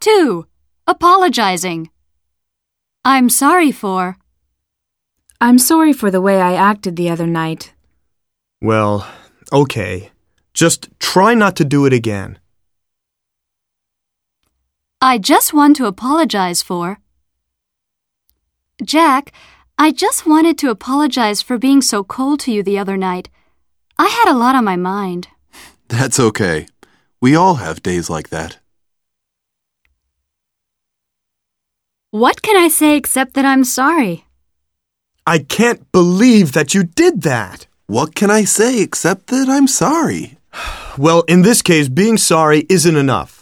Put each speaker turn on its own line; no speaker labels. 2. Apologizing. I'm sorry for.
I'm sorry for the way I acted the other night.
Well, okay. Just try not to do it again.
I just want to apologize for. Jack, I just wanted to apologize for being so cold to you the other night. I had a lot on my mind.
That's okay. We all have days like that.
What can I say except that I'm sorry?
I can't believe that you did that.
What can I say except that I'm sorry?
Well, in this case, being sorry isn't enough.